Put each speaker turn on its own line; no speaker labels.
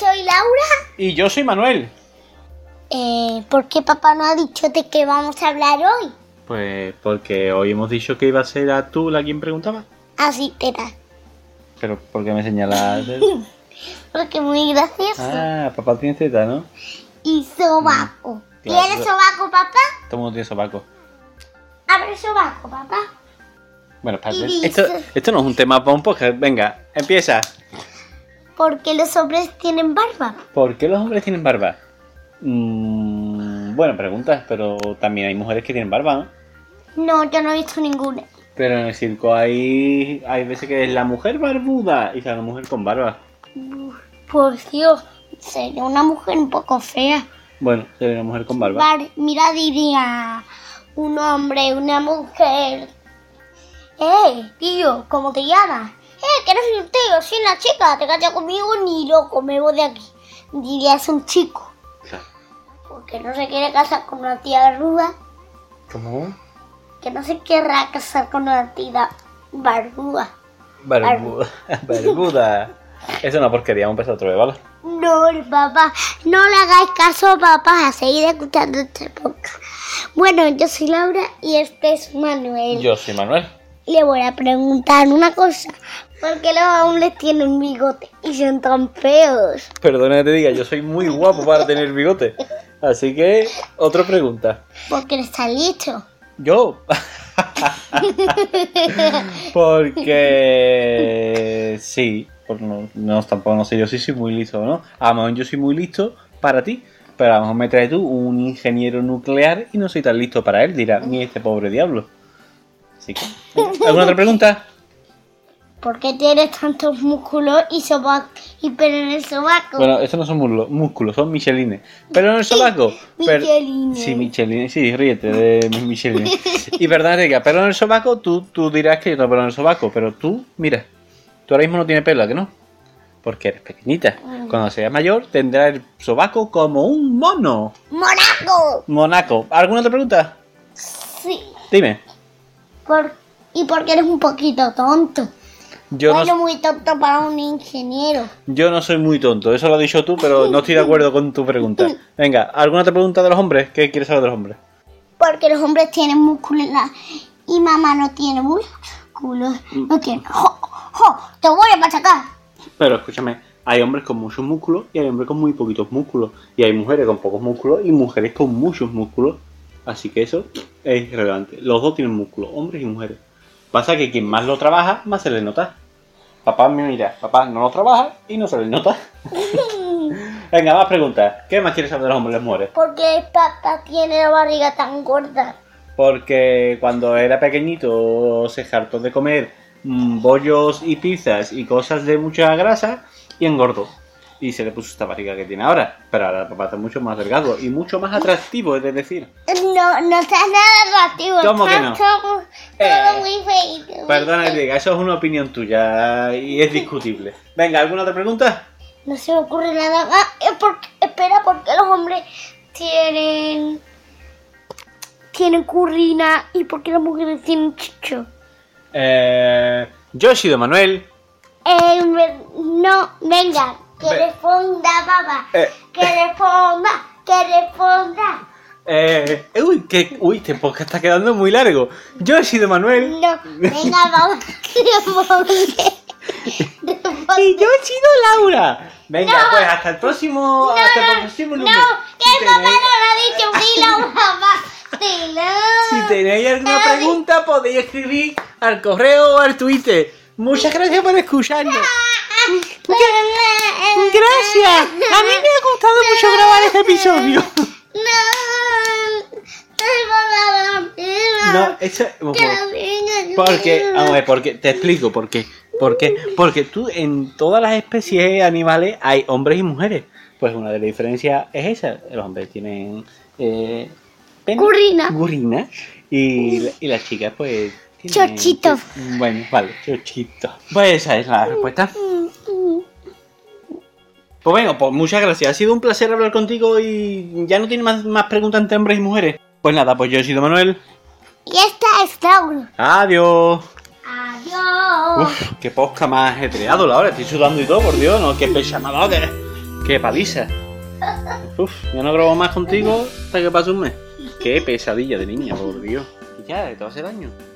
Laura.
Y yo soy Manuel.
Eh, ¿Por qué papá no ha dicho de qué vamos a hablar hoy?
Pues porque hoy hemos dicho que iba a ser a tú la quien preguntaba.
Así era.
Pero ¿por qué me señalas?
Porque muy gracioso.
ah, papá tiene Z, ¿no?
Y sobaco.
Mm, claro.
¿Tienes sobaco, papá?
Todo el mundo tiene sobaco.
Abre sobaco, papá.
Bueno, espérate.
Y
Esto,
dice-
esto no es un tema para un podcast. Venga, empieza.
Porque los hombres tienen barba.
¿Por qué los hombres tienen barba? Mm, bueno, preguntas, pero también hay mujeres que tienen barba, ¿no?
No, yo no he visto ninguna.
Pero en el circo hay, hay veces que es la mujer barbuda y la mujer con barba.
Por Dios, sería una mujer un poco fea.
Bueno, se ve una mujer con barba.
Bar- mira, diría un hombre, una mujer. ¡Eh, tío! ¿Cómo te llamas? ¡Eh, que no soy un tío! Soy una chica. Te casas conmigo ni loco. Me voy de aquí. Dirías un chico.
Claro.
Porque no se quiere casar con una tía ruda.
¿Cómo?
Que no se querrá casar con una tía barbuda.
Barbuda. Barbuda. Eso es una porquería, vamos a empezar otra vez, ¿vale?
No, papá, no le hagáis caso, papá, a seguir escuchando este podcast. Bueno, yo soy Laura y este es Manuel.
Yo soy Manuel.
Le voy a preguntar una cosa. ¿Por qué los hombres tienen bigote y son tan feos?
Perdona que te diga, yo soy muy guapo para tener bigote. Así que, otra pregunta.
Porque está listo.
Yo. Porque. Sí, por no, no, tampoco no sé yo si soy muy listo o no. A lo mejor yo soy muy listo para ti, pero a lo mejor me traes tú un ingeniero nuclear y no soy tan listo para él. Dirá, ni este pobre diablo. Así que. ¿eh? ¿Alguna otra pregunta?
¿Por qué tienes tantos músculos y sobaco y pelo en el sobaco?
Bueno, estos no son muslo- músculos, son michelines. Pero en el sobaco. per-
Michelines.
Sí, michelines. Sí, ríete de mis michelines. y perdón, diga, pero en el sobaco, tú, tú dirás que yo tengo pelo en el sobaco. Pero tú, mira, tú ahora mismo no tienes pelo, ¿a que no? Porque eres pequeñita. Cuando seas mayor, tendrás el sobaco como un mono.
¡Monaco!
Monaco. ¿Alguna otra pregunta?
Sí.
Dime.
Por- ¿Y porque eres un poquito tonto?
Yo no,
bueno, muy tonto para un ingeniero.
yo no soy muy tonto, eso lo has dicho tú, pero no estoy de acuerdo con tu pregunta. Venga, ¿alguna otra pregunta de los hombres? ¿Qué quieres saber de los hombres?
Porque los hombres tienen músculos la- y mamá no tiene músculos.
Mm.
No tiene. ¡Jo! ¡Jo! ¡Te voy a machacar!
Pero escúchame, hay hombres con muchos músculos y hay hombres con muy poquitos músculos. Y hay mujeres con pocos músculos y mujeres con muchos músculos. Así que eso es relevante. Los dos tienen músculos, hombres y mujeres. Pasa que quien más lo trabaja, más se le nota. Papá me mira, papá no lo trabaja y no se le nota. Venga, más preguntas. ¿Qué más quieres saber de los hombres y las mujeres?
Porque el papá tiene la barriga tan gorda.
Porque cuando era pequeñito se hartó de comer mm, bollos y pizzas y cosas de mucha grasa y engordó. Y se le puso esta barriga que tiene ahora. Pero ahora papá está mucho más delgado y mucho más atractivo, es de decir.
No, no estás nada atractivo.
¿Cómo que no?
estás todo- todo
Eh,
muy feíto, muy
Perdona que
feíto.
diga, eso es una opinión tuya y es discutible. Venga, ¿alguna otra pregunta?
No se me ocurre nada más. Es porque, espera, porque los hombres tienen. Tienen currina y porque las mujeres tienen chicho.
Eh, yo he sido Manuel.
Eh, me- no, venga, que
Ve-
responda, papá.
Eh.
Que responda, que responda.
Eh, eh, uy, que, uy, este podcast está quedando muy largo. Yo he sido Manuel.
No, venga, papá, que responda.
Y
Responde.
yo he sido Laura. Venga, pues hasta el próximo. hasta el próximo
No,
lunes.
que
Si
el papá no
tenéis-
lo ha dicho, dilo, papá.
Si
Dilo.
tenéis alguna pregunta, podéis escribir al correo o al Twitter. Muchas gracias por escucharnos. Gracias. A mí me ha gustado mucho grabar este episodio.
No, no,
No, eso.
que lo diga,
Porque,
dilo.
vamos a ver, porque, te explico por qué. ¿Por qué? Porque tú en todas las especies animales hay hombres y mujeres. Pues una de las diferencias es esa. Los hombres tienen... Eh, pene-
Gurrina.
Gurrina. Y, la- y las chicas pues... tienen-
Chochito.
Bueno, vale, chochito. Pues esa es la respuesta. Pues bueno, pues muchas gracias. Ha sido un placer hablar contigo y ya no tiene más, más preguntas entre hombres y mujeres. Pues nada, pues yo he sido Manuel.
Y esta es Laura.
Adiós.
Adiós.
Uf, qué posca más ajetreado, Laura. Estoy sudando y todo, por Dios, no, qué pecha me ha dado, que- ¡Qué paliza! Uf, ya no grabo más contigo hasta que pase un mes. ¡Qué pesadilla de niña, por Dios! Y ya, te va a hacer daño.